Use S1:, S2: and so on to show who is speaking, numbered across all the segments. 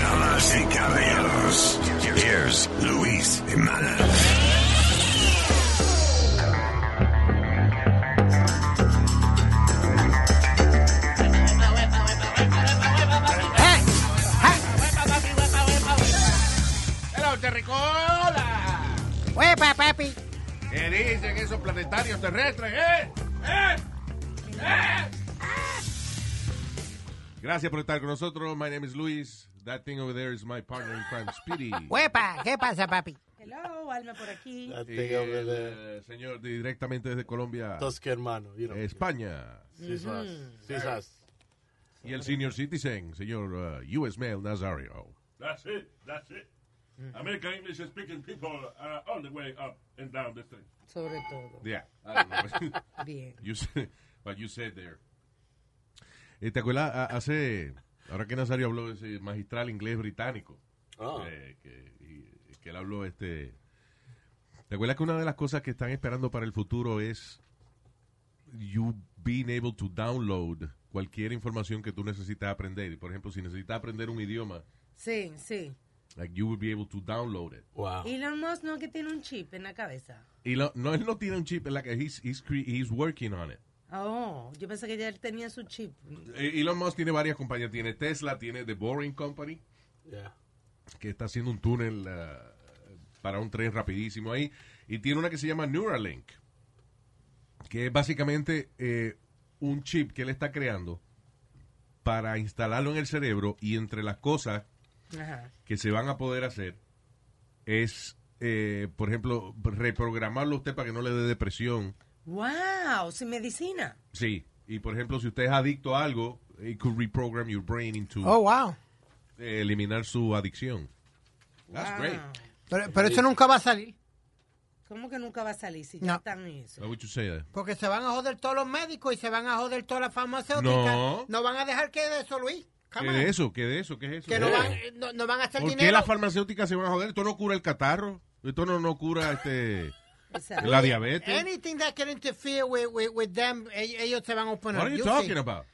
S1: Damas y caballeros, here's Luis Imanes.
S2: ¡Pero terricola!
S3: ¡Huepa, papi!
S2: ¿Qué dicen esos planetarios terrestres? ¿Eh? ¿Eh? ¿Eh? Gracias por estar con nosotros. My name is Luis. That thing over there is my partner in crime, Speedy.
S3: ¡Huepa! ¿Qué pasa, papi?
S4: Hello, alma por aquí.
S2: Y el, eh, señor directamente desde Colombia,
S5: Entonces, hermano, you know.
S2: España.
S5: Sí, sas. Sí, sas.
S2: Y el senior citizen, señor eh, U.S. Mail Nazario.
S6: That's it. That's it. American English speaking people are on the way up and down the street. Ah,
S4: Sobre todo.
S2: Yeah. I don't know.
S4: Bien.
S2: You said- but you said there. Eh, ¿Te acuerdas? Ah, Hace. Ahora que Nazario habló de ese magistral inglés británico.
S5: Ah.
S2: eh, que, y- que él habló este. ¿Te acuerdas que una de las cosas que están esperando para el futuro es you being able to download cualquier información que tú necesitas aprender? Por ejemplo, si necesitas aprender un idioma,
S4: Sí, sí.
S2: like you will be able to download it.
S5: Wow.
S4: Elon Musk no que tiene un chip en la cabeza.
S2: Y lo- no, él no tiene un chip, like he's, he's, cre- he's working on it.
S4: Oh, yo pensé que ya él tenía su chip.
S2: Eh, Elon Musk tiene varias compañías. Tiene Tesla, tiene The Boring Company,
S5: Yeah.
S2: que está haciendo un túnel ah, para un tren rapidísimo ahí. Y tiene una que se llama Neuralink, que es básicamente eh, un chip que él está creando para instalarlo en el cerebro. Y entre las cosas
S4: Ajá.
S2: que se van a poder hacer es, eh, por ejemplo, reprogramarlo a usted para que no le dé depresión.
S4: Wow, sin medicina.
S2: Sí. Y, por ejemplo, si usted es adicto a algo, it could reprogram your brain into...
S3: ¡Oh, wow!
S2: eh, eliminar su adicción. That's
S4: Wow.
S2: great.
S3: Pero, pero eso nunca va a salir.
S4: ¿Cómo que nunca va a salir si
S3: No.
S4: ya están en eso?
S2: Why would you say that?
S3: Porque se van a joder todos los médicos y se van a joder todas las farmacéuticas.
S2: No.
S3: No van a dejar que de eso, Luis.
S2: ¿Qué
S3: Come on.
S2: de eso? ¿Qué de eso? ¿Qué es eso?
S3: Que no
S2: Eh.
S3: van, no, no van a hacer
S2: ¿Por
S3: dinero.
S2: qué las farmacéuticas se van a joder? Esto no cura el catarro. Esto no, no cura este,
S4: Exacto.
S2: la diabetes.
S3: Anything that can interfere with, with, with them, ell- ellos se van a oponer.
S2: What are you
S3: You
S2: talking
S3: see.
S2: about?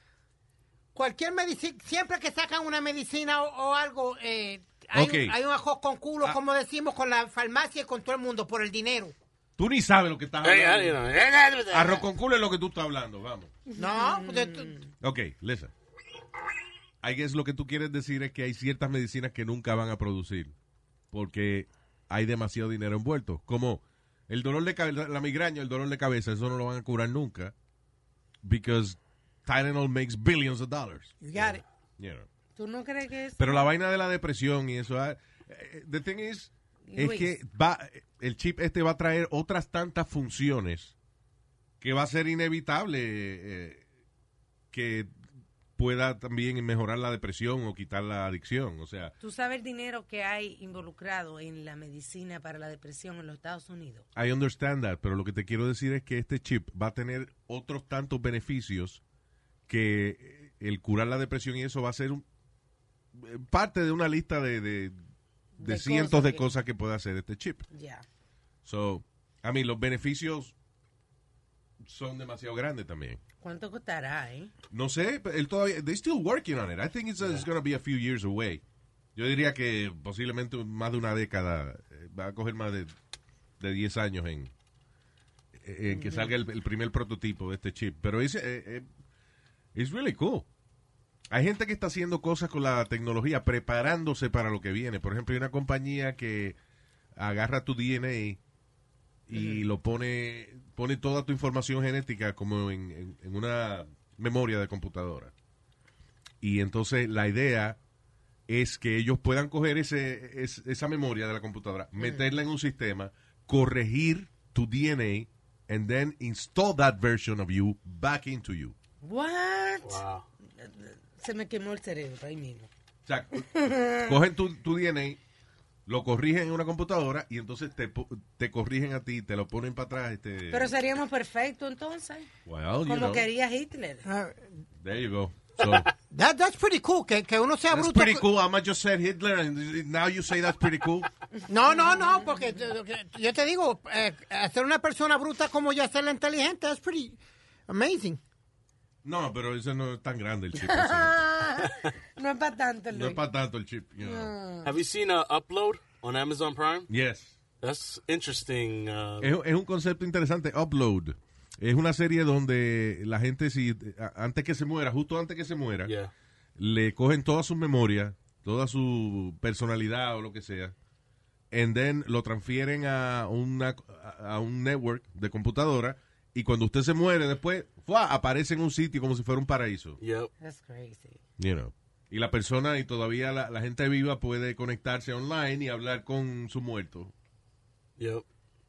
S3: Cualquier medicina, siempre que sacan una medicina o, o algo, eh, hay,
S2: Ok.
S3: un, hay un ajo con culo,
S2: Ah.
S3: como decimos, con la farmacia y con todo el mundo, por el dinero.
S2: Tú ni sabes lo que estás
S5: Hey, you
S2: hablando.
S5: know.
S2: Arroz con culo es lo que tú estás hablando, vamos. Mm.
S3: No, de tu-
S2: Ok, listen. I guess lo que tú quieres decir es que hay ciertas medicinas que nunca van a producir porque hay demasiado dinero envuelto. Como el dolor de cabeza, la migraña, el dolor de cabeza, eso no lo van a curar nunca because Tylenol makes billions of dollars.
S3: you got it.
S2: you know.
S4: ¿Tú no crees que es?
S2: Pero la vaina de la depresión y eso, ah, eh, the thing is, es
S4: Luis.
S2: que va, el chip este va a traer otras tantas funciones que va a ser inevitable eh, que pueda también mejorar la depresión o quitar la adicción. O sea,
S4: ¿Tú sabes el dinero que hay involucrado en la medicina para la depresión en los Estados Unidos?
S2: I understand that, pero lo que te quiero decir es que este chip va a tener otros tantos beneficios que eh, el curar la depresión y eso va a ser un- eh, parte de una lista de, de- de
S4: De
S2: cientos
S4: cosas
S2: de
S4: que-
S2: cosas que puede hacer este chip.
S4: Ya.
S2: So, I mean, los beneficios son demasiado grandes también.
S4: ¿Cuánto costará, eh?
S2: No sé, pero él todavía, they're still working on it. I think it's, it's going to be a few years away. Yo diría que posiblemente más de una década, eh, va a coger más de, de 10 años en, en que salga el, el primer prototipo de este chip. Pero es, it's really cool. Hay gente que está haciendo cosas con la tecnología, preparándose para lo que viene. Por ejemplo, hay una compañía que agarra tu DNA y lo pone, pone toda tu información genética como en, en- en una memoria de computadora. Y entonces la idea es que ellos puedan coger ese, es- esa memoria de la computadora, meterla en un sistema, corregir tu DNA, and then install that version of you back into you.
S4: What?
S5: Wow.
S4: Se me quemó el cerebro ahí mismo.
S2: O sea, cogen tu, tu DNA, lo corrigen en una computadora y entonces te, po- te corrigen a ti, te lo ponen para atrás. Este,
S4: Pero seríamos perfectos entonces.
S2: well, you
S4: Como
S2: know,
S4: quería Hitler.
S3: Uh,
S2: there you go. So,
S3: that- that's pretty cool, que, que uno sea
S2: that's
S3: bruto.
S2: pretty cool. I just said Hitler and now you say that's pretty cool.
S3: No, no, no, porque yo- yo te digo, eh, hacer una persona bruta como yo hacerla inteligente es pretty amazing.
S2: No, pero eso no es tan grande el chip.
S4: No es para tanto,
S2: No es
S4: Luis.
S2: para tanto el chip. you know.
S5: Have you seen uh, Upload on Amazon Prime?
S2: Yes.
S5: That's interesting. Uh,
S2: Es, es un concepto interesante, Upload. Es una serie donde la gente, si a- antes que se muera, justo antes que se muera,
S5: yeah.
S2: le cogen toda su memoria, toda su personalidad o lo que sea, and then lo transfieren a, una, a a un network de computadora y cuando usted se muere después, ¡fua! aparece en un sitio como si fuera un paraíso.
S5: Yep.
S4: That's crazy.
S2: You know. Y la persona y todavía la, la gente viva puede conectarse online y hablar con su muerto.
S5: Yep.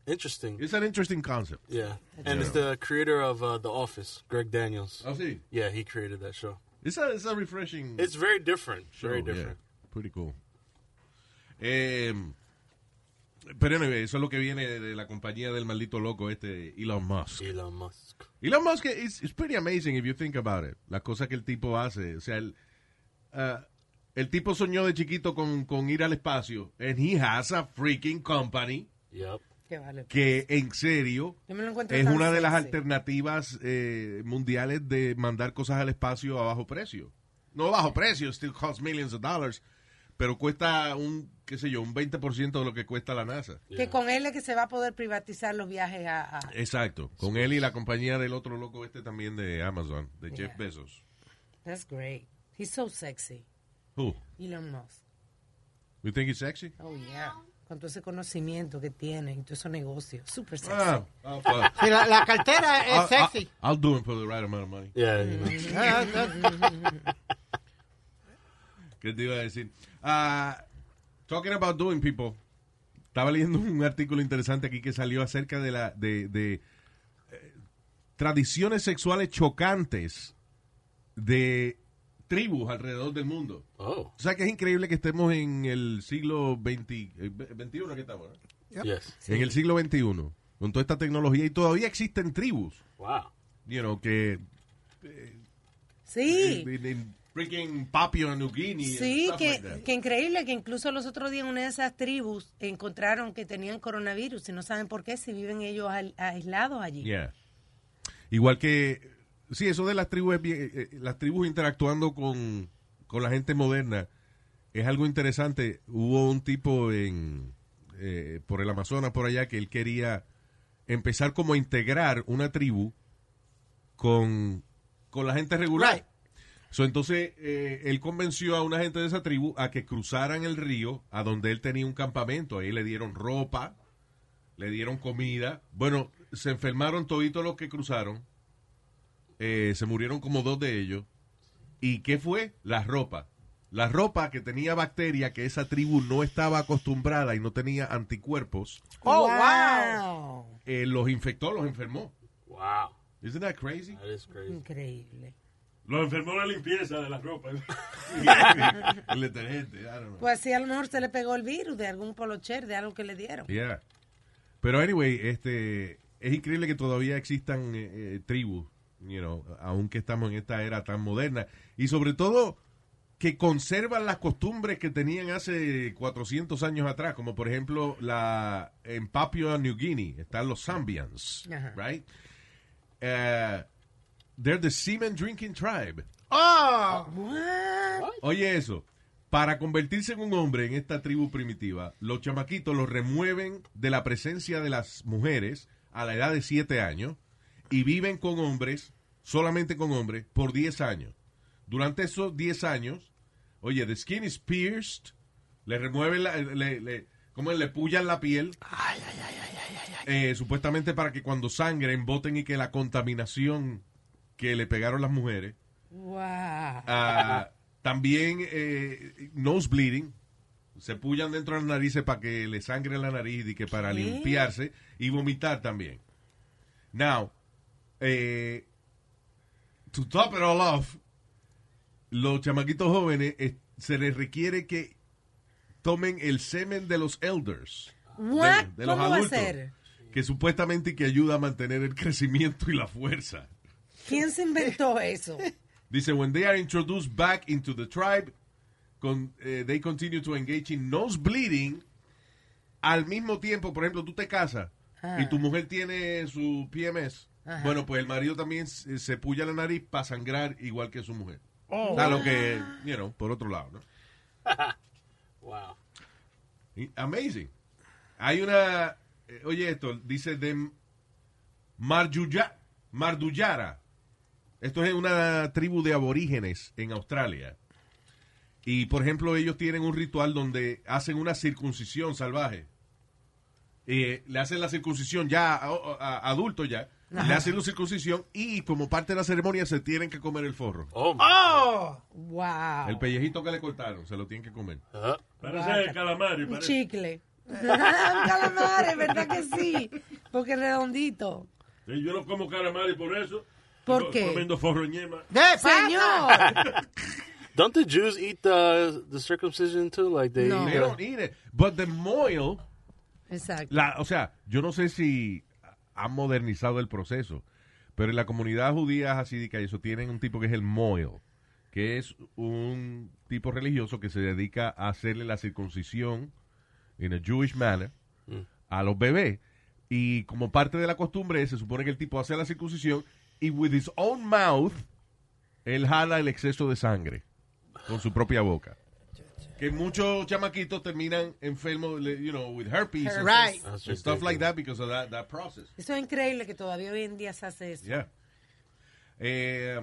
S5: Interesting.
S2: It's an interesting concept.
S5: Yeah. And it's the creator of uh, The Office, Greg Daniels.
S2: Oh, sí.
S5: Yeah, he created that show.
S2: It's a, it's a refreshing.
S5: It's very different. Very
S2: Oh, yeah.
S5: different.
S2: Pretty cool. Eh, pero anyway, eso es lo que viene de la compañía del maldito loco este Elon Musk.
S5: Elon Musk.
S2: Elon Musk is, is pretty amazing if you think about it. Las cosas que el tipo hace. O sea, el, ah, el tipo soñó de chiquito con, con ir al espacio. And he has a freaking company
S5: Yep.
S4: Qué vale.
S2: que en serio
S4: Yo me lo encuentro
S2: es
S4: tan
S2: una de las
S4: sexy.
S2: alternativas eh, mundiales de mandar cosas al espacio a bajo precio. No a bajo precio, still costs millions of dollars, pero cuesta un, qué sé yo, un 20% de lo que cuesta la NASA.
S4: Que con él es que se va a poder privatizar los viajes a... a-
S2: Exacto, con él y la compañía del otro loco este también de Amazon, de Jeff
S4: Yeah.
S2: Bezos.
S4: That's great. He's so sexy.
S2: Who?
S4: Elon Musk.
S2: You think he's sexy?
S4: Oh, yeah. Con todo ese conocimiento que tiene y todo esos negocios. Super sexy.
S2: Ah, I'll, fuck.
S3: Sí, la, la cartera es
S2: I'll-
S3: sexy.
S2: I'll- I'll do it for the right amount of money.
S5: Yeah. You know.
S3: Ah, ah,
S2: ¿Qué te iba a decir? Ah, talking about doing people. Estaba leyendo un artículo interesante aquí que salió acerca de la de, de, eh, tradiciones sexuales chocantes de tribus alrededor del mundo.
S5: Oh.
S2: O sea que es increíble que estemos en el siglo 20, eh, 21 que estamos, ¿no?
S5: Yes.
S2: En el siglo 21 con toda esta tecnología y todavía existen tribus,
S5: Wow.
S2: you know, que
S4: Sí.
S2: en- en freaking Papua New Guinea and
S4: Sí,
S2: stuff like that.
S4: que, que increíble que incluso los otros días en una de esas tribus encontraron que tenían coronavirus y no saben por qué si viven ellos al- aislados allí.
S2: Yeah. Igual que, sí, eso de las tribus, es bien- eh, eh, las tribus interactuando con, con la gente moderna es algo interesante. Hubo un tipo en eh, por el Amazonas, por allá, que él quería empezar como a integrar una tribu con, con la gente regular.
S3: Right.
S2: So, entonces, eh, él convenció a una gente de esa tribu a que cruzaran el río a donde él tenía un campamento. Ahí le dieron ropa, le dieron comida. Bueno, se enfermaron toditos los que cruzaron. Eh, se murieron como dos de ellos. ¿Y qué fue? La ropa. La ropa que tenía bacteria que esa tribu no estaba acostumbrada y no tenía anticuerpos,
S3: Oh, wow.
S2: eh, los infectó, los enfermó.
S5: Wow.
S2: Isn't that crazy?
S5: That is crazy.
S4: Increíble.
S6: Lo enfermó la limpieza de la ropa.
S2: El detergente, I don't know.
S4: Pues sí, a lo mejor se le pegó el virus de algún polocher, de algo que le dieron.
S2: Yeah. Pero anyway, este es increíble que todavía existan eh, eh, tribus, you know, aunque estamos en esta era tan moderna y sobre todo que conservan las costumbres que tenían hace 400 años atrás, como por ejemplo la en Papua New Guinea están los Zambians,
S4: Ajá.
S2: right? Eh, they're the semen drinking tribe.
S3: Oh,
S2: Oye eso, para convertirse en un hombre en esta tribu primitiva, los chamaquitos los remueven de la presencia de las mujeres a la edad de 7 años y viven con hombres, solamente con hombres, por 10 años. Durante esos 10 años, oye, the skin is pierced, le remueven la... Le, le- ¿cómo es? Le pullan la piel. Eh, supuestamente para que cuando sangren boten y que la contaminación que le pegaron las mujeres
S4: Wow.
S2: Ah, también eh, nose bleeding. Se pullan dentro de las narices para que le sangre la nariz y que para
S4: ¿Qué?
S2: limpiarse y vomitar también. Now, eh, to top it all off, los chamaquitos jóvenes eh, se les requiere que tomen el semen de los elders.
S4: What?
S2: de los
S4: ¿Cómo va a
S2: adultos,
S4: ser?
S2: Que supuestamente que ayuda a mantener el crecimiento y la fuerza.
S4: ¿Quién se inventó eso?
S2: Dice, when they are introduced back into the tribe, con- eh, they continue to engage in nose bleeding. Al mismo tiempo, por ejemplo, tú te casas y tu mujer tiene su PMS. Bueno, pues el marido también se, se puya la nariz para sangrar igual que su mujer. a lo que, you know, por otro lado, ¿no?
S5: Wow.
S2: Y- Amazing. Hay una, eh, oye esto, dice de Marjuya- Marduyara. Esto es una tribu de aborígenes en Australia. Y, por ejemplo, ellos tienen un ritual donde hacen una circuncisión salvaje. Eh, le hacen la circuncisión ya a, a- adulto ya. Le hacen la circuncisión y como parte de la ceremonia se tienen que comer el forro.
S5: Oh, my.
S4: Wow.
S2: El pellejito que le cortaron, se lo tienen que comer.
S5: Uh,
S6: Parece calamari.
S4: Un
S6: Parece.
S4: chicle. Un calamar, es verdad que sí. Porque es redondito.
S6: Sí, Yo no como calamari por eso.
S4: ¿Por
S6: Co-
S4: qué?
S6: Comiendo forro en yema.
S3: ¿Qué pasa?
S4: Señor.
S5: don't the Jews eat the the circumcision too? Like they
S4: No.
S5: eat
S2: They
S5: the-
S2: don't eat it. But the moil...
S4: Exacto.
S2: La, o sea, yo no sé si han modernizado el proceso, pero en la comunidad judía jasídica y eso tienen un tipo que es el moel, que es un tipo religioso que se dedica a hacerle la circuncisión en a Jewish manner a los bebés. Y como parte de la costumbre, se supone que el tipo hace la circuncisión y with his own mouth, él jala el exceso de sangre con su propia boca. Que muchos chamaquitos terminan enfermos, le- you know, with herpes. and
S3: Right.
S5: That's
S2: and stuff
S5: ridiculous.
S2: like that because of that, that process.
S4: Eso es increíble que todavía hoy en día se hace eso.
S2: Yeah. Eh,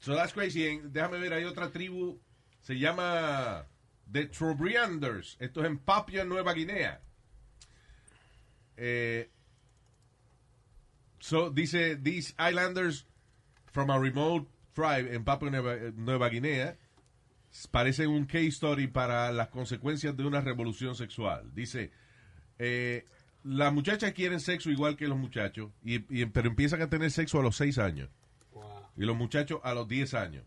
S2: so that's crazy. En- déjame ver, hay otra tribu, se llama The Trobrianders. Esto es en Papua Nueva Guinea. Eh, so dice, these islanders from a remote tribe en Papua Nueva, eh, Nueva Guinea parecen un case story para las consecuencias de una revolución sexual. Dice, eh, las muchachas quieren sexo igual que los muchachos, y, y- pero empiezan a tener sexo a los 6 años. Y los muchachos a los 10 años.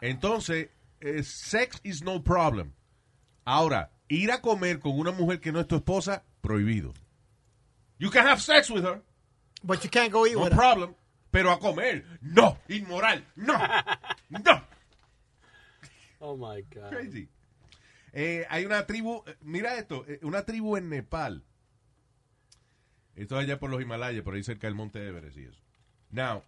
S2: Entonces, eh, sex is no problem. Ahora, ir a comer con una mujer que no es tu esposa, prohibido. You can have sex with her,
S3: But you can't go eat
S2: no
S3: with her.
S2: problem. Pero a comer, no, inmoral, no, no.
S5: Oh my god.
S2: Crazy. Eh, hay una tribu, eh, mira esto, eh, una tribu en Nepal. Esto es allá por los Himalayas, por ahí cerca del monte Everest y eso. Now,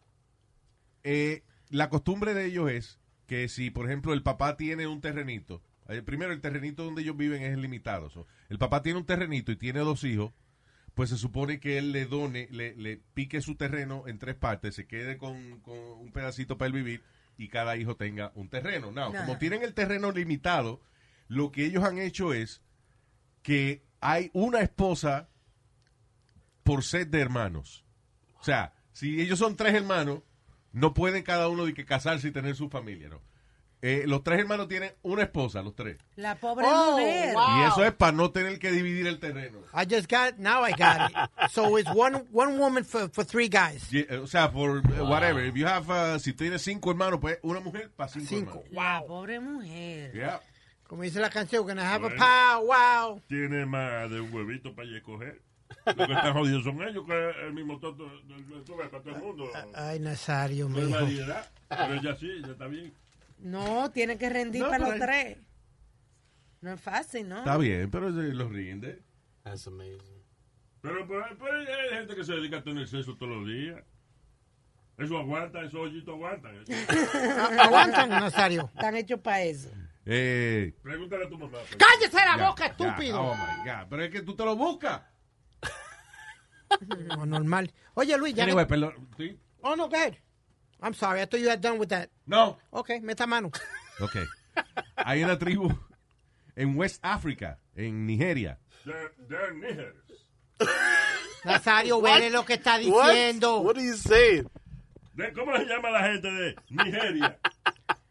S2: eh, la costumbre de ellos es que si, por ejemplo, el papá tiene un terrenito, eh, primero el terrenito donde ellos viven es limitado. so, el papá tiene un terrenito y tiene dos hijos, pues se supone que él le done, le, le pique su terreno en tres partes, se quede con, con un pedacito para él vivir y cada hijo tenga un terreno. Now,
S4: Ajá.
S2: como tienen el terreno limitado, lo que ellos han hecho es que hay una esposa por set de hermanos. O sea, si ellos son tres hermanos, no pueden cada uno de que casarse y tener su familia, ¿no? Eh, los tres hermanos tienen una esposa, los tres.
S4: La pobre
S3: Oh,
S4: mujer.
S3: wow.
S2: Y eso es para no tener que dividir el terreno.
S3: I just got now I got it. So it's one one woman for, for three guys.
S2: Y, eh, O sea, por eh, whatever. If you have, uh, si tienes cinco hermanos, pues una mujer para cinco,
S3: Cinco.
S2: hermanos.
S4: La pobre mujer.
S2: Yeah.
S3: Como dice la canción, we're gonna have a
S6: Bueno.
S3: pow wow.
S6: Tiene más de un huevito para ir a coger. Lo que están jodidos son ellos, que es el mismo toto del del- tú ves, para todo el mundo.
S2: Ah,
S3: Ay, Nazario,
S6: No hay
S3: mijo.
S6: variedad. Pero ella sí, ella está bien.
S4: No, tiene que rendir
S2: No,
S4: para
S2: pero
S4: los tres. No es fácil, ¿no?
S2: Está bien, pero eh, los rinde.
S5: That's amazing.
S6: Pero, pero, pero hay gente que se dedica a tener sexo todos los días. Eso aguanta, esos hoyitos aguantan.
S3: Aguantan, Nazario.
S4: Están hechos para eso.
S2: Eh,
S6: Pregúntale a tu mamá. pues.
S3: ¡Cállese la
S2: ya,
S3: boca,
S2: ya.
S3: estúpido!
S2: Oh my God. Pero es que tú te lo buscas.
S3: No, normal. Oye, Luis, ya.
S2: Anyway, perdón. ¿Sí?
S3: Oh, no, go ahead. I'm sorry. I thought you had done with that.
S2: No.
S3: Okay, meta mano.
S2: Ok. Hay una tribu en West Africa, en Nigeria.
S6: They're, they're niggers.
S3: Nazario, vele lo que está diciendo.
S5: What? What are you saying?
S6: De- ¿Cómo se llama la gente de Nigeria?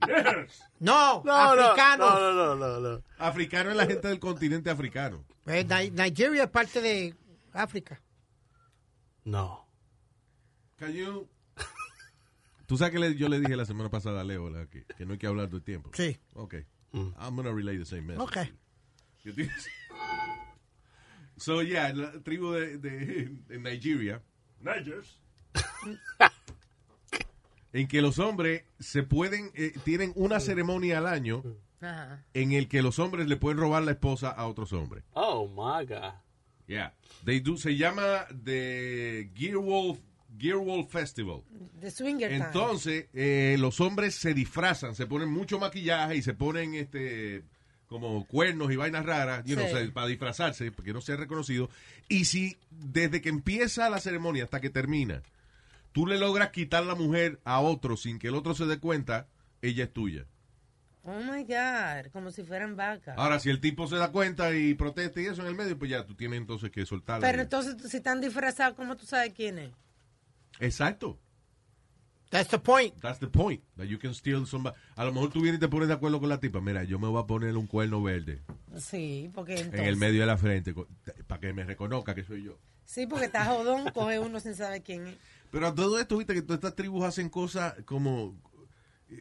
S6: niggers.
S3: No,
S5: No, no, no,
S3: africano.
S5: no, no, no, no.
S2: Africano es la gente del continente africano.
S3: Eh, Ni- Nigeria es parte de África.
S5: No.
S2: Can you- Tú sabes que le- yo le dije la semana pasada a Leo la que, que no hay que hablar del tiempo.
S3: Sí.
S2: Ok. I'm going to relay the same message.
S3: Okay.
S2: You think- so, yeah, la tribu de, de- en Nigeria,
S6: Nigers.
S2: en que los hombres se pueden, eh, tienen una ceremonia al año
S4: Ajá.
S2: en el que los hombres le pueden robar la esposa a otros hombres.
S5: Oh my god.
S2: Yeah. They do, se llama The Gearwolf, Gearwolf Festival.
S4: De swinger time.
S2: Entonces, eh, los hombres se disfrazan, se ponen mucho maquillaje y se ponen este como cuernos y vainas raras, you know,
S4: Sí.
S2: o sea, para disfrazarse, porque no sea reconocido. Y si desde que empieza la ceremonia hasta que termina, tú le logras quitar la mujer a otro sin que el otro se dé cuenta, ella es tuya.
S4: Oh my God, como si fueran vacas.
S2: Ahora, si el tipo se da cuenta y protesta y eso en el medio, pues ya tú tienes entonces que soltarla.
S4: Pero entonces, si están disfrazados, ¿cómo tú sabes quién es?
S2: Exacto.
S3: That's the point.
S2: That's the point. That you can steal somebody. A lo mejor tú vienes y te pones de acuerdo con la tipa. Mira, yo me voy a poner un cuerno verde.
S4: Sí, porque entonces,
S2: en el medio de la frente para que me reconozca que soy yo.
S4: Sí, porque está jodón, coge uno sin saber quién es.
S2: Pero a todo esto, viste que todas estas tribus hacen cosas como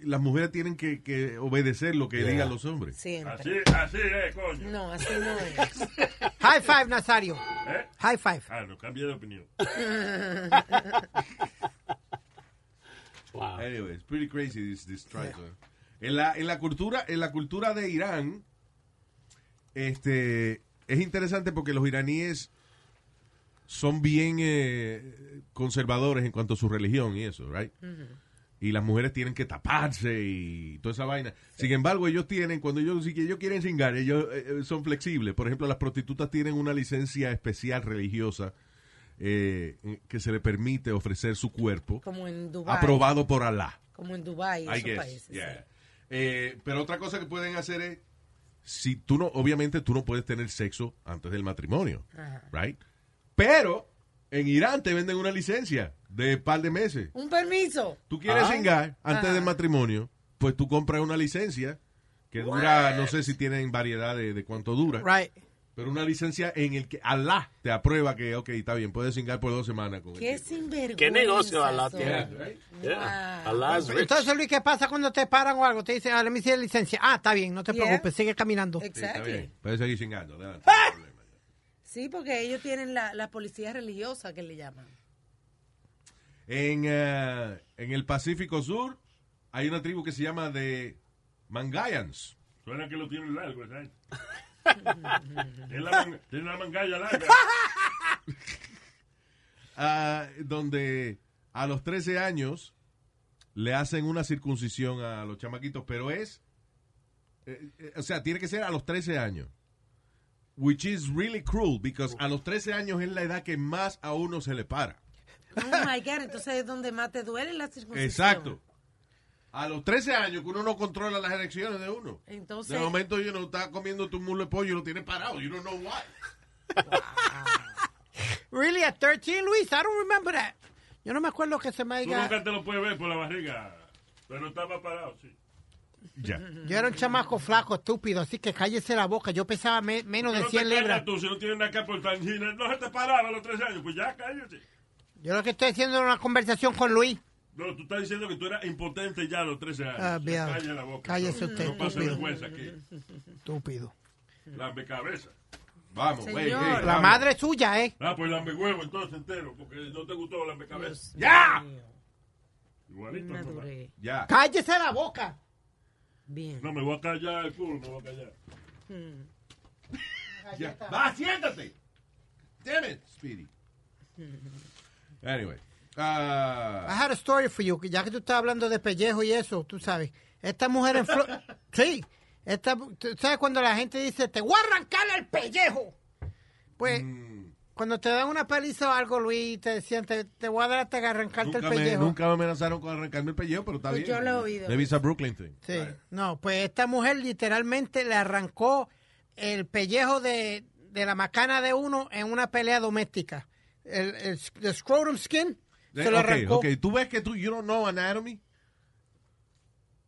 S2: las mujeres tienen que, que obedecer lo que digan los hombres.
S4: Siempre.
S6: Así, así es, coño.
S4: No, así no es.
S3: High five, Nazario.
S6: ¿Eh?
S3: High five.
S6: Ah, no, cambié de opinión.
S5: Wow.
S2: Anyway, it's pretty crazy this, this tribe, huh? En la, en la cultura, en la cultura de Irán, este es interesante porque los iraníes son bien eh, conservadores en cuanto a su religión y eso, right? Y las mujeres tienen que taparse y toda esa vaina. Sin embargo, ellos tienen, cuando ellos, si ellos quieren cingar, ellos eh, eh, son flexibles. Por ejemplo, las prostitutas tienen una licencia especial religiosa eh, que se le permite ofrecer su cuerpo
S4: Como en Dubái.
S2: aprobado por Alá.
S4: Como en Dubái,
S2: Ah, I
S4: esos
S2: guess.
S4: países. sí.
S2: Yeah. Eh, pero otra cosa que pueden hacer es, si tú no, obviamente tú no puedes tener sexo antes del matrimonio,
S4: Ajá.
S2: right? Pero en Irán te venden una licencia de par de meses.
S4: Un permiso.
S2: Tú quieres cingar antes
S4: Ajá.
S2: del matrimonio, pues tú compras una licencia que dura, no sé si tienen variedad de, de cuánto dura,
S3: Right.
S2: pero una licencia en el que Alá te aprueba que, ok, está bien, puedes cingar por dos semanas con el
S4: Qué
S2: tipo.
S4: sinvergüenza.
S5: ¿Qué negocio a la
S4: son.
S2: Yeah,
S5: tiene?
S2: right?
S5: Yeah.
S4: Wow.
S5: Allah's rich.
S3: Entonces, Luis, ¿qué pasa cuando te paran o algo? Te dicen, ah, let me see the licencia. Ah, está bien, no te
S4: Yeah. Eh,
S3: preocupes, sigue caminando.
S2: Sí, está
S4: Exactly.
S2: bien. Puedes seguir chingando. adelante, no hay problema.
S4: Sí, porque ellos tienen la, la policía religiosa que le llaman.
S2: En, eh, en el Pacífico Sur hay una tribu que se llama de Mangayans.
S6: Suena que lo tienen largo, ¿sabes? tiene, la man- tiene la mangalla larga.
S2: ah, donde a los 13 años le hacen una circuncisión a los chamaquitos, pero es, eh, eh, o sea, tiene que ser a los 13 años. Which is really cruel, because a los 13 años es la edad que más a uno se le para.
S4: Oh my God, entonces es donde más te duele la circuncisión.
S2: Exacto. A los 13 años que uno no controla las erecciones de uno.
S4: Entonces-
S2: De momento uno está comiendo tu mulo de pollo y lo tiene parado. You don't know why.
S3: Really, at 13, Luis? I don't remember that. Yo no me acuerdo que se me
S6: Tú
S3: haya...
S6: nunca te lo puedes ver por la barriga. Pero estaba parado, sí.
S2: Ya.
S3: Yo era un chamaco flaco, estúpido, así que cállese la boca. Yo pesaba me- menos de
S6: Pero te
S3: 100
S6: callas
S3: libras.
S6: tú, si no tienes nada que aportar, ni nada. no se te paraba a los 13 años, pues ya cállate.
S3: Yo lo que estoy haciendo es una conversación con Luis.
S6: No, tú estás diciendo que tú eras impotente ya a los 13 años.
S3: Ah, bien.
S6: Cállate la boca.
S3: Cállese usted,
S6: No pase
S3: estúpido.
S6: vergüenza aquí.
S3: Estúpido.
S6: Lambe cabeza.
S2: Vamos,
S4: Señor.
S2: güey. güey,
S4: La
S3: La
S2: vamos.
S3: madre suya, ¿eh?
S6: Ah, pues lambe huevo entonces entero, porque no te gustó lambe cabeza.
S2: ¡Ya!
S6: Igualito. No, ma.
S4: Maduré.
S2: Ya.
S3: Cállese la boca.
S4: Bien.
S6: No, me voy a callar el culo, me voy a callar.
S3: Hmm.
S2: ya. Va, siéntate. Damn it, Speedy. Anyway.
S3: I
S2: Ah,
S3: had a story for you, que ya que tú estás hablando de pellejo y eso, tú sabes. Esta mujer en Flo- Sí. Esta, tú ¿Sabes cuando la gente dice, te voy a arrancar el pellejo? Pues,
S2: Mm.
S3: cuando te dan una paliza o algo, Luis, te decían, te, te voy a dar hasta que arrancarte
S2: nunca,
S3: el
S2: me,
S3: pellejo.
S2: nunca me amenazaron con arrancarme el pellejo, pero está
S4: Pues
S2: bien.
S4: yo lo he oído.
S2: Maybe it's a Brooklyn thing.
S3: pues. Sí. No, pues esta mujer literalmente le arrancó el pellejo de, de la macana de uno en una pelea doméstica. El, el, the scrotum skin se lo
S2: ok,
S3: arrancó.
S2: ok. Tú ves que tú, you don't know anatomy.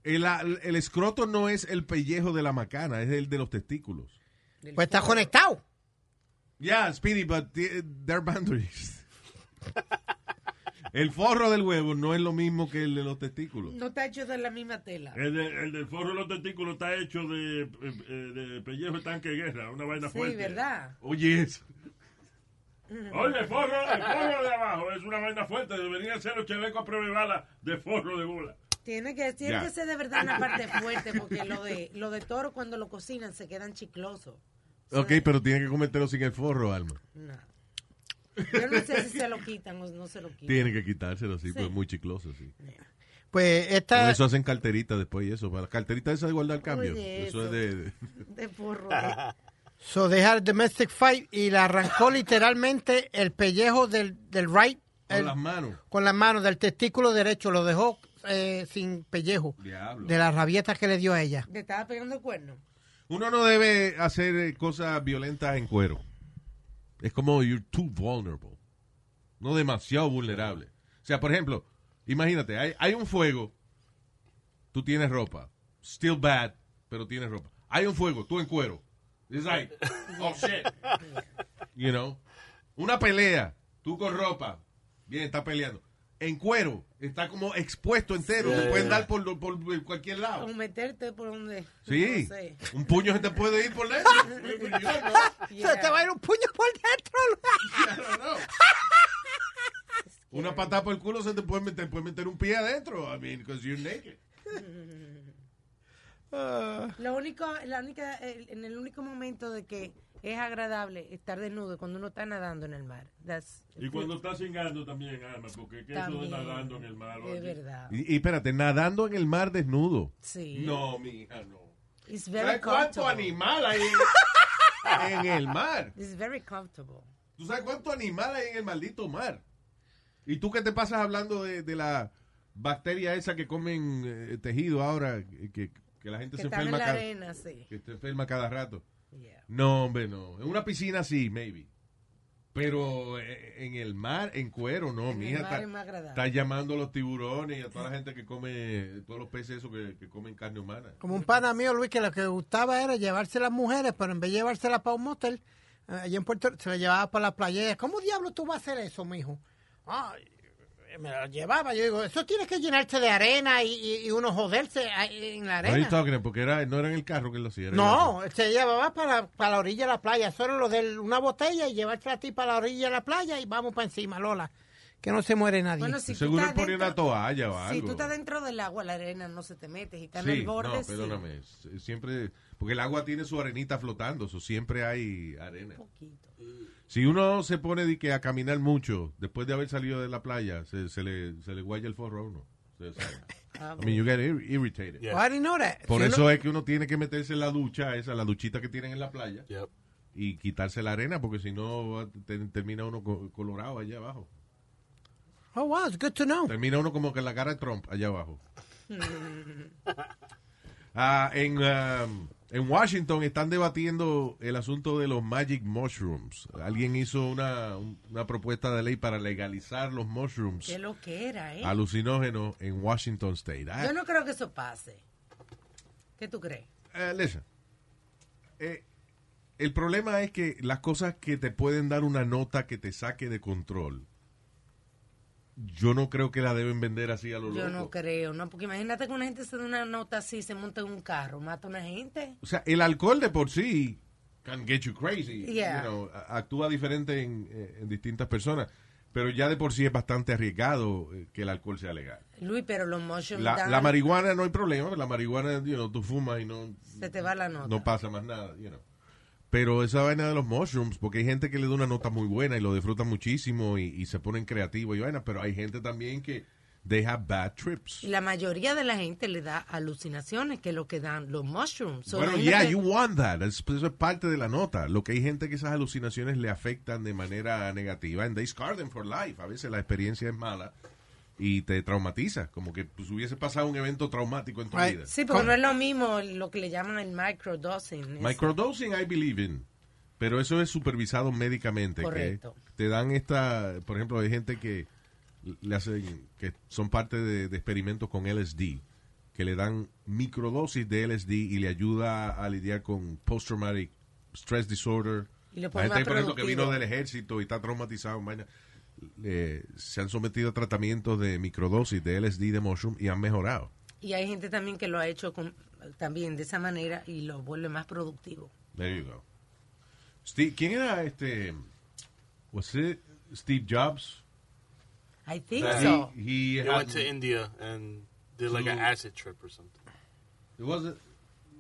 S2: El, el escroto no es el pellejo de la macana, es el de los testículos.
S4: Del
S3: Pues está
S4: culo.
S3: conectado.
S2: Yeah, Speedy, but the- they're boundaries. El forro del huevo no es lo mismo que el de los testículos.
S4: No está hecho de la misma tela.
S6: El, de- el del forro de los testículos está hecho de, eh, eh, de pellejo de tanque de guerra, una vaina
S4: Sí,
S6: fuerte.
S4: ¿verdad?
S2: Oye, eso.
S6: Oye, el forro, el forro de abajo es una vaina fuerte. Deberían ser los chalecos a prueba de bala de forro de bola.
S4: Tiene que, tiene
S2: Ya.
S4: que ser de verdad una parte fuerte, porque lo de, lo de toro cuando lo cocinan se quedan chiclosos.
S2: Ok, pero tiene que cometerlo sin el forro, Alma.
S4: No. Yo no sé si se lo quitan o no se lo quitan.
S2: Tiene que quitárselo, sí, pues es muy chicloso, sí.
S3: Pues
S2: Por
S3: esta.
S2: eso hacen carteritas después y eso. Para las carteritas esas de guardar cambio.
S4: Oye,
S2: Eso es
S4: eso.
S2: de... de-
S4: De forro. de-
S3: So deja el domestic fight y le arrancó literalmente el pellejo del, del right.
S2: Con
S3: el-
S2: las manos.
S3: con las manos del testículo derecho. Lo dejó eh, sin pellejo.
S2: Diablo.
S3: De las rabietas que le dio a ella.
S4: Le estaba pegando el cuerno.
S2: Uno no debe hacer eh, cosas violentas en cuero. Es como you're too vulnerable. No demasiado vulnerable. O sea, por ejemplo, imagínate, hay, hay un fuego, tú tienes ropa. Still bad, pero tienes ropa. Hay un fuego, tú en cuero. It's like, oh shit. You know? Una pelea, tú con ropa. Bien, está peleando. En cuero, está como expuesto entero.
S5: Sí.
S2: te pueden dar por, lo- por cualquier lado.
S4: O meterte por donde.
S2: Sí,
S4: No sé.
S2: un puño se te puede ir por dentro. Yo no,
S3: Se te va a ir un puño por dentro.
S2: yo no. Una patada por el culo se te puede meter, puede meter un pie adentro. I mean, because you're naked.
S4: Lo único, la única, el- en el único momento de que es agradable estar desnudo cuando uno está nadando en el mar. That's-
S6: Y cuando está cingando también, Alma, porque que eso de
S4: También.
S6: nadando en el mar.
S4: De
S6: oye.
S4: verdad.
S2: Y, y espérate, nadando en el mar desnudo.
S4: Sí.
S2: No, mija, no.
S4: It's very
S2: ¿Sabes cuánto
S4: comfortable.
S2: animal hay en, en el mar?
S4: It's very comfortable.
S2: ¿Tú sabes cuánto animal hay en el maldito mar? ¿Y tú qué te pasas hablando de, de la bacteria esa que comen eh, tejido ahora? Que, que- que la gente
S4: Que
S2: se
S4: están en
S2: enferma
S4: la
S2: cada,
S4: arena, sí.
S2: que se enferma cada rato.
S4: Yeah.
S2: No, hombre, no. En una piscina sí, maybe. Pero eh, en el mar, en cuero, no,
S4: En el
S2: mija.
S4: mar
S2: está-
S4: es más agradable.
S2: Está llamando a los tiburones y a toda la gente que come, todos los peces esos que, que comen carne humana.
S3: Como un pana mío, Luis, que lo que gustaba era llevarse las mujeres, pero en vez de llevárselas para un motel, eh, allí en Puerto se las llevaba para la playa. ¿Cómo diablo tú vas a hacer eso, mijo? Ah, me las llevaba. Yo digo, eso tienes que llenarte de arena y, y- y uno joderse ahí en la
S2: What are you
S3: arena.
S2: talking? Porque era, no era en el carro que lo hacía. era en la-
S3: No, se llevaba para, para la orilla de la playa. Solo lo de una botella y llevarte a ti para la orilla de la playa y vamos para encima, Lola. Que no se muere nadie.
S4: Bueno, si
S2: Seguro
S4: tú estás
S2: él ponía
S4: dentro-
S2: una toalla o
S4: Si
S2: algo.
S4: tú estás dentro del agua, la arena no se te mete. Si estás en
S2: Sí,
S4: el borde,
S2: no,
S4: sí.
S2: perdóname. S- Siempre, porque el agua tiene su arenita flotando, so siempre hay arena.
S4: Un poquito.
S2: Si uno se pone de que a caminar mucho después de haber salido de la playa, se, se le, se le guaya el forro a uno. Se- se-
S4: Ah,
S2: I mean, you get ir- irritated.
S5: Yeah.
S3: Why didn't know that?
S2: Por
S3: Si
S2: eso
S3: uno-
S2: es que uno tiene que meterse en la ducha, esa, la duchita que tienen en la playa,
S5: Yep.
S2: y quitarse la arena, porque si no va- te- termina uno co- colorado allá abajo.
S3: Oh, wow, it's good to know.
S2: Termina uno como que la cara de Trump allá abajo. Ah, en, um, en Washington están debatiendo el asunto de los magic mushrooms. Alguien hizo una, un- una propuesta de ley para legalizar los mushrooms
S4: Qué lo que era, ¿eh?
S2: alucinógenos en Washington State. Ah,
S4: Yo no creo que eso pase. ¿Qué tú crees?
S2: Eh, listen. Eh, el problema es que las cosas que te pueden dar una nota que te saque de control, yo no creo que la deben vender así a lo
S4: Yo
S2: loco.
S4: no creo, no, porque imagínate que una gente se da una nota así, se monta en un carro, mata a una gente.
S2: O sea, el alcohol de por sí can get you crazy.
S4: Yeah.
S2: you know, a- actúa diferente en, eh, en distintas personas. Pero ya de por sí es bastante arriesgado eh, que el alcohol sea legal.
S4: Luis, pero los motion
S2: La,
S4: dan-
S2: la marihuana no hay problema. La marihuana, you know, tú fumas y no,
S4: se te va la nota.
S2: no pasa más nada, you know. Pero esa vaina de los mushrooms, porque hay gente que le da una nota muy buena y lo disfruta muchísimo y, y se ponen creativos y vaina, pero hay gente también que deja bad
S4: Y
S2: trips.
S4: la mayoría de la gente le da alucinaciones, que es lo que dan los mushrooms. So,
S2: bueno, yeah,
S4: imagínate-
S2: you want that. Es- pues, Eso es parte de la nota. Lo que hay gente que esas alucinaciones le afectan de manera negativa and they scar them for life. A veces la experiencia es mala y te traumatiza, como que pues, hubiese pasado un evento traumático en tu
S3: Right.
S2: vida.
S4: Sí, porque no es lo mismo lo que le llaman el microdosing. Es-
S2: Microdosing, I believe in. Pero eso es supervisado médicamente. que
S4: Correcto.
S2: te dan esta, por ejemplo, hay gente que le hacen, que son parte de, de experimentos con LSD, que le dan microdosis de LSD y le ayuda a lidiar con post-traumatic stress disorder.
S4: Y lo
S2: La
S4: pone
S2: gente,
S4: más
S2: por ejemplo, que
S4: productivo.
S2: vino del ejército y está traumatizado, vaina. eh, se han sometido a tratamientos de microdosis de LSD de mushroom y han mejorado.
S4: Y hay gente también que lo ha hecho con- también de esa manera y lo vuelve más productivo.
S2: There you go. Steve- ¿Quién era este? Was it Steve Jobs?
S4: I think
S5: That-
S4: so.
S2: He, he
S5: They
S2: had-
S5: went to India and did like an
S2: So-
S5: acid trip or something.
S2: was it-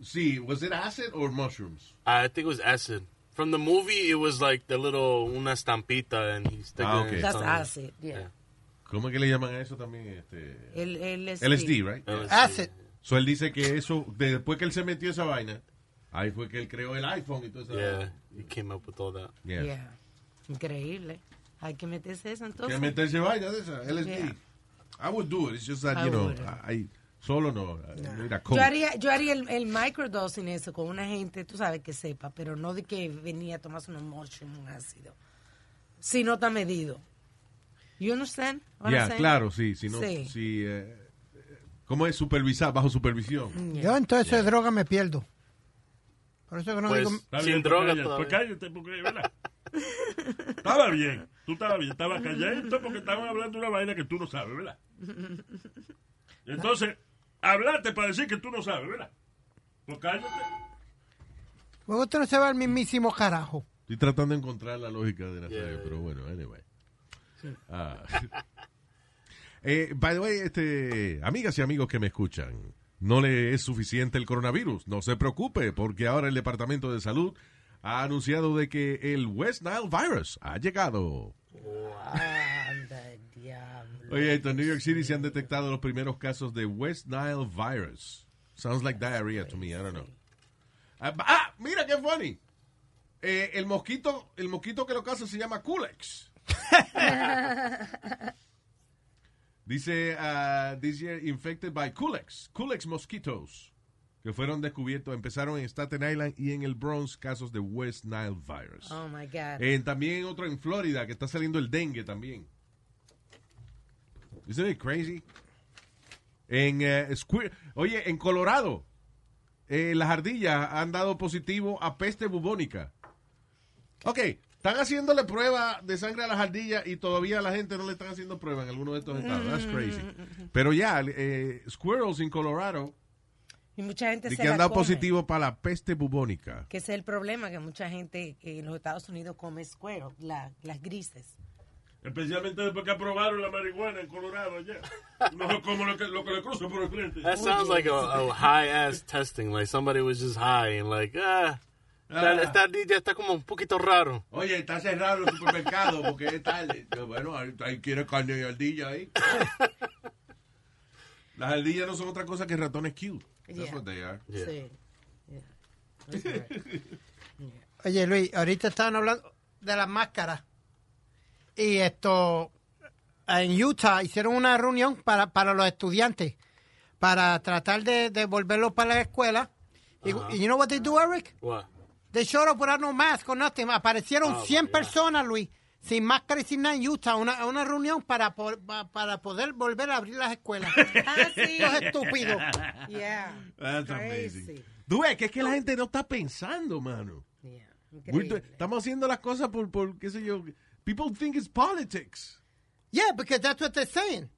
S2: sí, was it acid or mushrooms?
S5: I think it was acid. From the movie, it was like the little una estampita, and he's sticking
S2: Ah,
S5: it
S2: okay.
S5: in
S4: That's
S5: something.
S4: acid, yeah.
S2: ¿Cómo es que le llaman a eso también? Este,
S4: El, LSD.
S2: LSD, right?
S5: LSD.
S3: Acid.
S2: So él dice que eso, de- después que él se metió esa vaina, ahí fue que él creó el iPhone y todo eso.
S5: Yeah, he came up with all that.
S2: Yeah.
S4: Yeah. Increíble. Hay que meterse eso
S2: Que
S4: entonces.
S2: meterse vaina de esa, LSD.
S4: Yeah.
S2: I would do it, it's just that,
S4: I
S2: you know,
S4: wouldn't.
S2: I, I- solo no, I need a coat.
S4: Yo haría, yo haría el, el microdosing eso con una gente, tú sabes, que sepa, pero no de que venía a tomarse unos mushroom, un ácido. Si no está medido. You understand? what I'm
S2: Yeah,
S4: saying?
S2: claro, sí, si no,
S4: Sí.
S2: si, eh, ¿cómo es supervisar, bajo supervisión?
S3: Yo en todo eso de droga me pierdo. Por eso que no
S5: Pues,
S3: digo...
S6: Está
S5: sin
S6: bien, pues
S5: droga
S6: cállate,
S5: todavía.
S6: Pues cállate, porque, ¿verdad? estaba bien. Tú estabas bien. Estaba calladito porque estaban hablando una vaina que tú no sabes, ¿verdad? Entonces, hablaste para decir que tú no sabes, ¿verdad? Pues cállate.
S3: Luego usted no se va al mismísimo carajo.
S2: Estoy tratando de encontrar la lógica de la serie,
S5: Yeah.
S2: pero bueno, anyway. Ah. Eh, by the way, este, amigas y amigos que me escuchan, no le es suficiente el coronavirus. No se preocupe, porque ahora el Departamento de Salud ha anunciado de que el West Nile virus ha llegado.
S4: Anda, el diablo.
S2: Oye, esto, en New York City se han detectado los primeros casos de West Nile virus. Sounds like diarrhea to me, I don't know. Ah, ba- ah, mira qué funny. Eh, el mosquito, el mosquito que lo caza se llama Culex. Dice, ah, this year infected by Culex, Culex mosquitos, que fueron descubiertos, empezaron en Staten Island y en el Bronx casos de West Nile virus.
S4: Oh my God.
S2: Eh, también otro en Florida que está saliendo el dengue también. Isn't it crazy? En eh, Squir- oye, en Colorado, eh, las ardillas han dado positivo a peste bubónica. Ok, están haciéndole prueba de sangre a las ardillas y todavía a la gente no le están haciendo prueba en alguno de estos estados. That's crazy. Pero ya, eh, squirrels en Colorado,
S4: y mucha gente
S2: de
S4: se
S2: que han
S4: la
S2: dado
S4: come,
S2: positivo para la peste bubónica.
S4: Que ese es el problema, que mucha gente eh, en los Estados Unidos come squirrel, la- las grises.
S6: Especialmente después que aprobaron la marihuana en Colorado allá. No como lo que, lo que le cruzo por el frente.
S5: That sounds like a, a high ass testing. Like somebody was just high and like, ah, Esta, esta DJ está como un poquito raro.
S2: Oye, está cerrado el supermercado porque es tarde. Yo, bueno, ahí, ahí quiere carne y ardilla ahí. Las ardillas no son otra cosa que ratones cute. That's
S4: Yeah.
S2: what they are.
S5: Yeah.
S4: Sí.
S3: Oye, Luis, ahorita estaban hablando de las máscaras. Y esto, en Utah hicieron una reunión para, para los estudiantes, para tratar de, de volverlos para la escuela. Y, y you know what they do, Eric?
S5: What?
S3: They showed up without no mask or nothing. Aparecieron
S5: Oh, my
S3: 100
S5: God.
S3: personas, Luis, sin máscara y sin nada en Utah, a una, a una reunión para, por- pa- para poder volver a abrir las escuelas.
S4: Ah, sí.
S3: Estos estúpidos.
S4: Yeah.
S2: That's
S4: Crazy.
S2: amazing. Tú ves que es que la gente no está pensando, mano.
S4: Yeah.
S2: We're do-
S4: Increíble.
S2: Estamos haciendo las cosas por, por, qué sé yo. People think it's politics.
S3: Yeah, because that's what they're saying.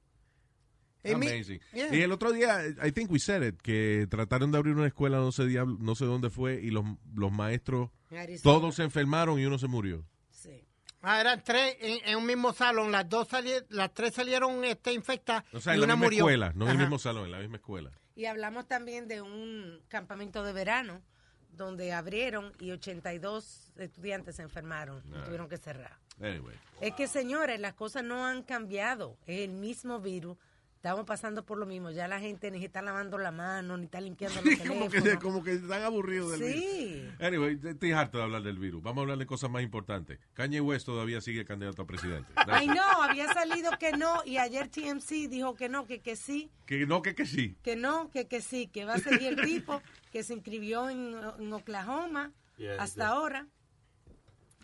S3: It mean-
S2: Amazing.
S3: Yeah.
S2: Y el otro día, I think we said it, que trataron de abrir una escuela, no sé, diablo- no sé dónde fue, y los, los maestros,
S4: En Arizona.
S2: todos se enfermaron y uno se murió.
S4: Sí.
S3: Ah, eran tres en, en un mismo salón. Las dos sali- las tres salieron este, infectadas
S2: O sea,
S3: y
S2: en la
S3: una
S2: misma
S3: murió.
S2: escuela, no en el
S3: Ajá.
S2: mismo salón, en la misma escuela.
S4: Y hablamos también de un campamento de verano donde abrieron y 82 estudiantes se enfermaron y tuvieron que cerrar.
S2: Anyway.
S4: Es que, señores, las cosas no han cambiado. Es el mismo virus. Estamos pasando por lo mismo. Ya la gente ni se está lavando la mano, ni está limpiando los
S2: como, que,
S4: teléfonos.
S2: como que están aburridos del virus.
S4: Sí.
S2: Anyway, estoy harto de hablar del virus. Vamos a hablar de cosas más importantes. Kanye West todavía sigue candidato a presidente. That's
S4: Ay,
S2: it.
S4: no, había salido que no y ayer TMC dijo que no, que que sí,
S2: Que no, que, que sí.
S4: que no, que que sí, que va a seguir el tipo que se inscribió en, en Oklahoma
S5: Yeah,
S4: hasta
S5: yeah.
S4: ahora.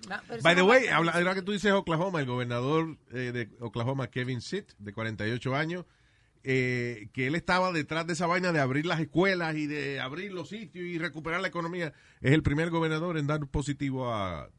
S4: Va- pero
S2: By
S4: eso
S2: the
S4: no
S2: way,
S4: va a-
S2: habla- ahora que tú dices Oklahoma, el gobernador eh, de Oklahoma, Kevin Sitt, de 48 años, eh, que él estaba detrás de esa vaina de abrir las escuelas y de abrir los sitios y recuperar la economía, es el primer gobernador en dar positivo a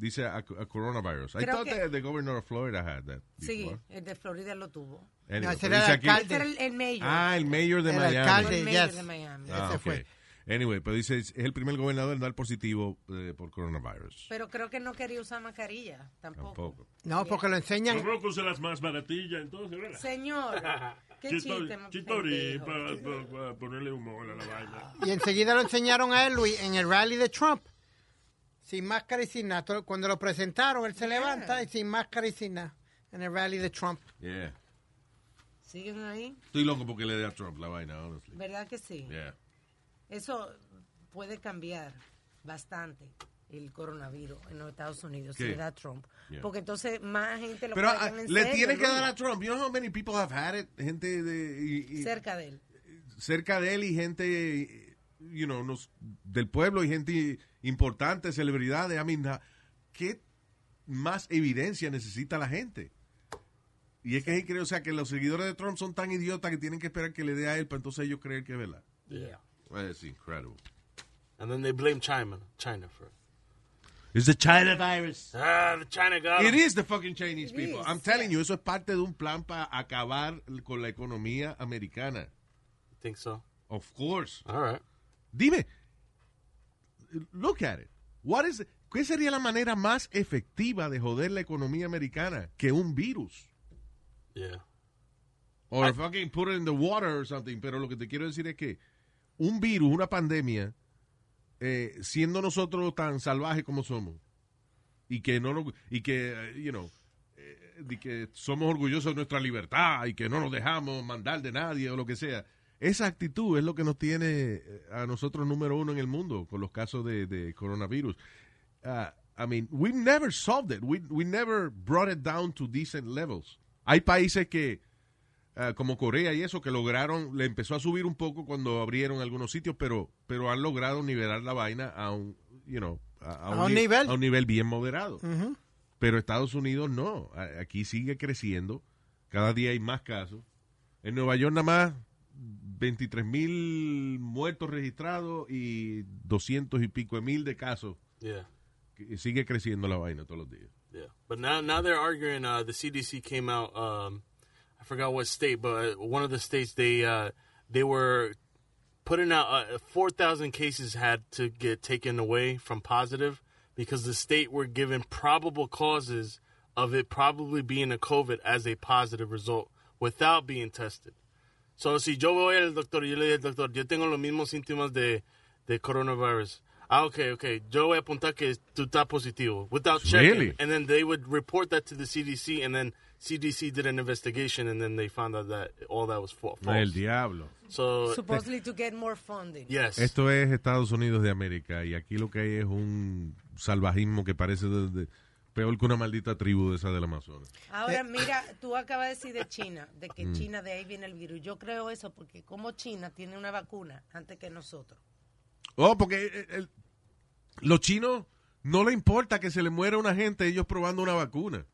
S2: Dice a, a coronavirus. I
S4: Creo
S2: thought
S4: que-
S2: that the governor of Florida had that.
S4: Sí,
S2: before.
S4: el de Florida lo tuvo.
S2: Anyway,
S3: No, ese
S2: pero
S3: era
S2: dice
S3: el
S2: aquí-
S3: alcalde.
S4: Ese era el, el mayor.
S2: Ah, el mayor de
S3: El
S2: Miami.
S4: Fue
S3: alcalde.
S4: el
S3: Sí,
S4: mayor
S3: yes.
S4: de Miami.
S2: Ah,
S3: Ese
S2: ok.
S3: fue.
S2: Anyway, pero dice, es el primer gobernador en dar positivo eh, por coronavirus.
S4: Pero creo que no quería usar mascarilla tampoco.
S2: Tampoco.
S3: No, porque lo
S6: Los
S3: enseñan.
S6: rocos son las más baratillas, entonces, ¿verdad?
S4: Señor, qué chiste.
S6: Chitori,
S4: más
S6: chitori
S4: pendejo.
S6: para, para- para ponerle humor a la vaina.
S3: Y enseguida lo enseñaron a él, Luis, en el rally de Trump. Sin máscara y sin nada. Todo- Cuando lo presentaron, él se levanta y sin máscara y sin nada. En el rally de Trump.
S2: Yeah.
S4: Siguen ahí,
S2: Estoy loco porque le dé a Trump la vaina, honestly.
S4: ¿verdad que sí?
S2: Yeah.
S4: Eso puede cambiar bastante el coronavirus en los Estados Unidos
S2: ¿Qué?
S4: si le da a Trump.
S2: Yeah.
S4: Porque entonces más gente lo
S2: Pero
S4: cogen
S2: ah,
S4: en
S2: le
S4: serio,
S2: tiene que
S4: ¿no?
S2: dar a Trump. You know how many people have had it? Gente de, y- y-
S4: cerca de él.
S2: cerca de él y gente, you know, nos- del pueblo y gente importante, celebridades. I mean, ah, ¿qué más evidencia necesita la gente? Y es que ahí creo, o sea, que los seguidores de Trump son tan idiotas que tienen que esperar que le dé a él para entonces ellos creer que es verdad.
S5: Yeah.
S2: Es incredible.
S5: And then they blame China, China for it.
S2: It's the China virus.
S5: Ah, the China got
S2: It
S5: 'em.
S2: is the fucking Chinese people.
S4: is,
S2: I'm telling you, eso es parte de un plan para acabar con la economía americana.
S5: Think so?
S2: Of course.
S5: All right.
S2: Dime, look at it. What is, ¿Qué sería la manera más efectiva de joder la economía americana que un virus?
S5: Yeah.
S2: Or fucking put it in the water or something. Pero lo que te quiero decir es que un virus, una pandemia, eh, siendo nosotros tan salvajes como somos, y que no nos- y que, eh, you know, eh, de que somos orgullosos de nuestra libertad y que no nos dejamos mandar de nadie o lo que sea. Esa actitud es lo que nos tiene eh, a nosotros número uno en el mundo con los casos de, de coronavirus. Ah, I mean, we never solved it. We, we never brought it down to decent levels. Hay países que, ah, como Corea y eso, que lograron, le empezó a subir un poco cuando abrieron algunos sitios, pero, pero han logrado nivelar la vaina a un, you know, a, a
S3: A un
S2: ni-
S3: nivel.
S2: a un nivel bien moderado.
S3: Ujú.
S2: Pero Estados Unidos no. A- Aquí sigue creciendo. Cada día hay más casos. En Nueva York nada más 23 mil muertos registrados y 200 y pico de mil de casos.
S5: Yeah.
S2: Que- Sigue creciendo la vaina todos los días.
S5: Yeah, but now now they're arguing. Uh, the CDC came out. Um, I forgot what state, but uh, one of the states they uh, they were putting out uh, four thousand cases had to get taken away from positive because the state were given probable causes of it probably being a COVID as a positive result without being tested. So si yo voy al doctor y yo le digo, doctor, yo tengo los mismos síntomas de, de coronavirus. Ah, okay, okay. Yo voy a apuntar que tú estás positivo. Without checking.
S2: Really?
S5: And then they would report that to the CDC, and then CDC did an investigation, and then they found out that all that was fa- false.
S2: El diablo.
S5: So,
S4: Supposedly to get more funding.
S5: yes.
S2: Esto es Estados Unidos de América y aquí lo que hay es un salvajismo que parece de- de- peor que una maldita tribu de esa del Amazonas.
S4: Ahora, mira,
S2: ah.
S4: tú acabas de decir de China, de
S2: Mm.
S4: que China de ahí viene el virus. Yo creo eso porque como China tiene una vacuna antes que nosotros.
S2: Oh, porque eh, el- los chinos no le importa que se le muera una gente ellos probando una vacuna.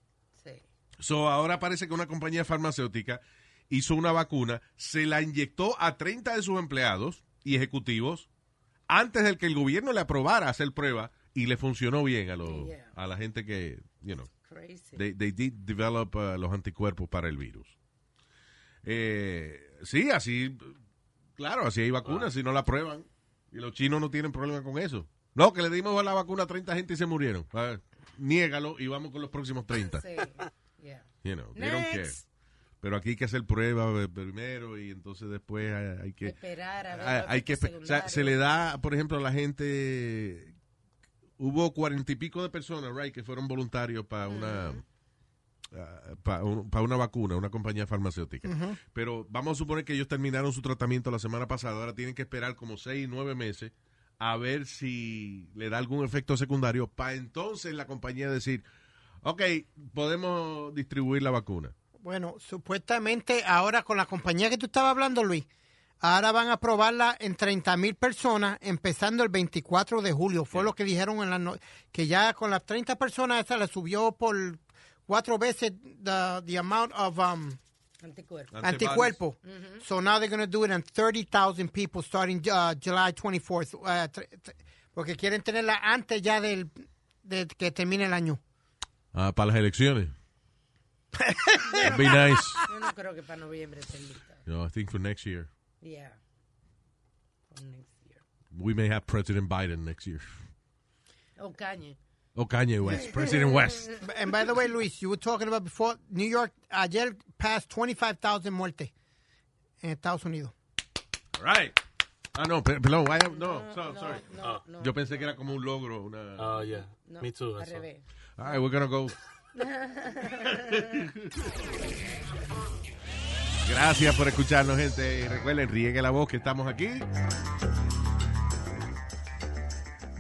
S4: Sí.
S2: So, ahora parece que una compañía farmacéutica hizo una vacuna, se la inyectó a 30 de sus empleados y ejecutivos antes de que el gobierno le aprobara hacer prueba y le funcionó bien a, los,
S4: Yeah.
S2: a la gente que, you know,
S4: Crazy.
S2: they, they did develop uh, los anticuerpos para el virus. Eh, sí, así, claro, así hay vacunas, si no la prueban. Y los chinos no tienen problema con eso. No, que le dimos la vacuna a 30 gente y se murieron. A ver, niégalo y vamos con los próximos 30.
S4: Sí. Yeah.
S2: You know, they don't care.
S4: Next.
S2: Pero aquí hay que hacer pruebas eh, primero y entonces después hay hay que...
S4: Esperar a ver
S2: hay-
S4: los
S2: Ah, hay que
S4: efectos
S2: espe- o sea, se le
S4: secundarios.
S2: da, por ejemplo, a la gente... Hubo cuarenta y pico de personas, right, que fueron voluntarios para una... ah, Para una vacuna, una compañía farmacéutica. Pero vamos a suponer que ellos terminaron su tratamiento la semana pasada, ahora tienen que esperar como seis, nueve meses a ver si le da algún efecto secundario para entonces la compañía decir, ok, podemos distribuir la vacuna.
S3: Bueno, supuestamente ahora con la compañía que tú estabas hablando, Luis, ahora van a probarla en 30 mil personas empezando el 24 de julio. Fue lo que dijeron en la no- que ya con las 30 personas esa la subió por cuatro veces the, the amount of um,
S4: Anticuerpos.
S2: Antibodies.
S3: anticuerpo. So now they're going to do it on 30,000 people starting uh, July 24th. uh, tr- tr- porque quieren tenerla antes ya del de que termine el año.
S2: Ah, para las elecciones. That'd be nice.
S4: Yo no creo que para noviembre esté lista.
S2: No, I think for next year.
S4: Yeah. For next year.
S2: We may have President Biden next year.
S4: O Kanye.
S2: Oh, Kanye West. President West.
S3: And by the way, Luis, you were talking about before, New York ayer passed 25,000 muertes en Estados Unidos.
S2: All right. Ah, no, per- perdón. I have- no, Ah, so- sorry.
S4: No, no.
S2: Yo pensé que era como un logro. Una...
S5: Uh, yeah.
S4: no,
S5: Me too.
S4: Al
S5: that's all.
S4: revés.
S2: All right, we're gonna go. Gracias por escucharnos, gente. Y Recuerden, riegue la voz que estamos aquí.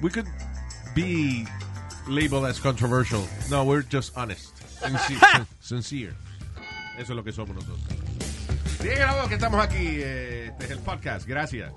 S2: We could be labeled as controversial. No, we're just honest. Sincere. sincere. Eso es lo que somos nosotros. Riegue la voz que estamos aquí. Eh, Este es el podcast. Gracias.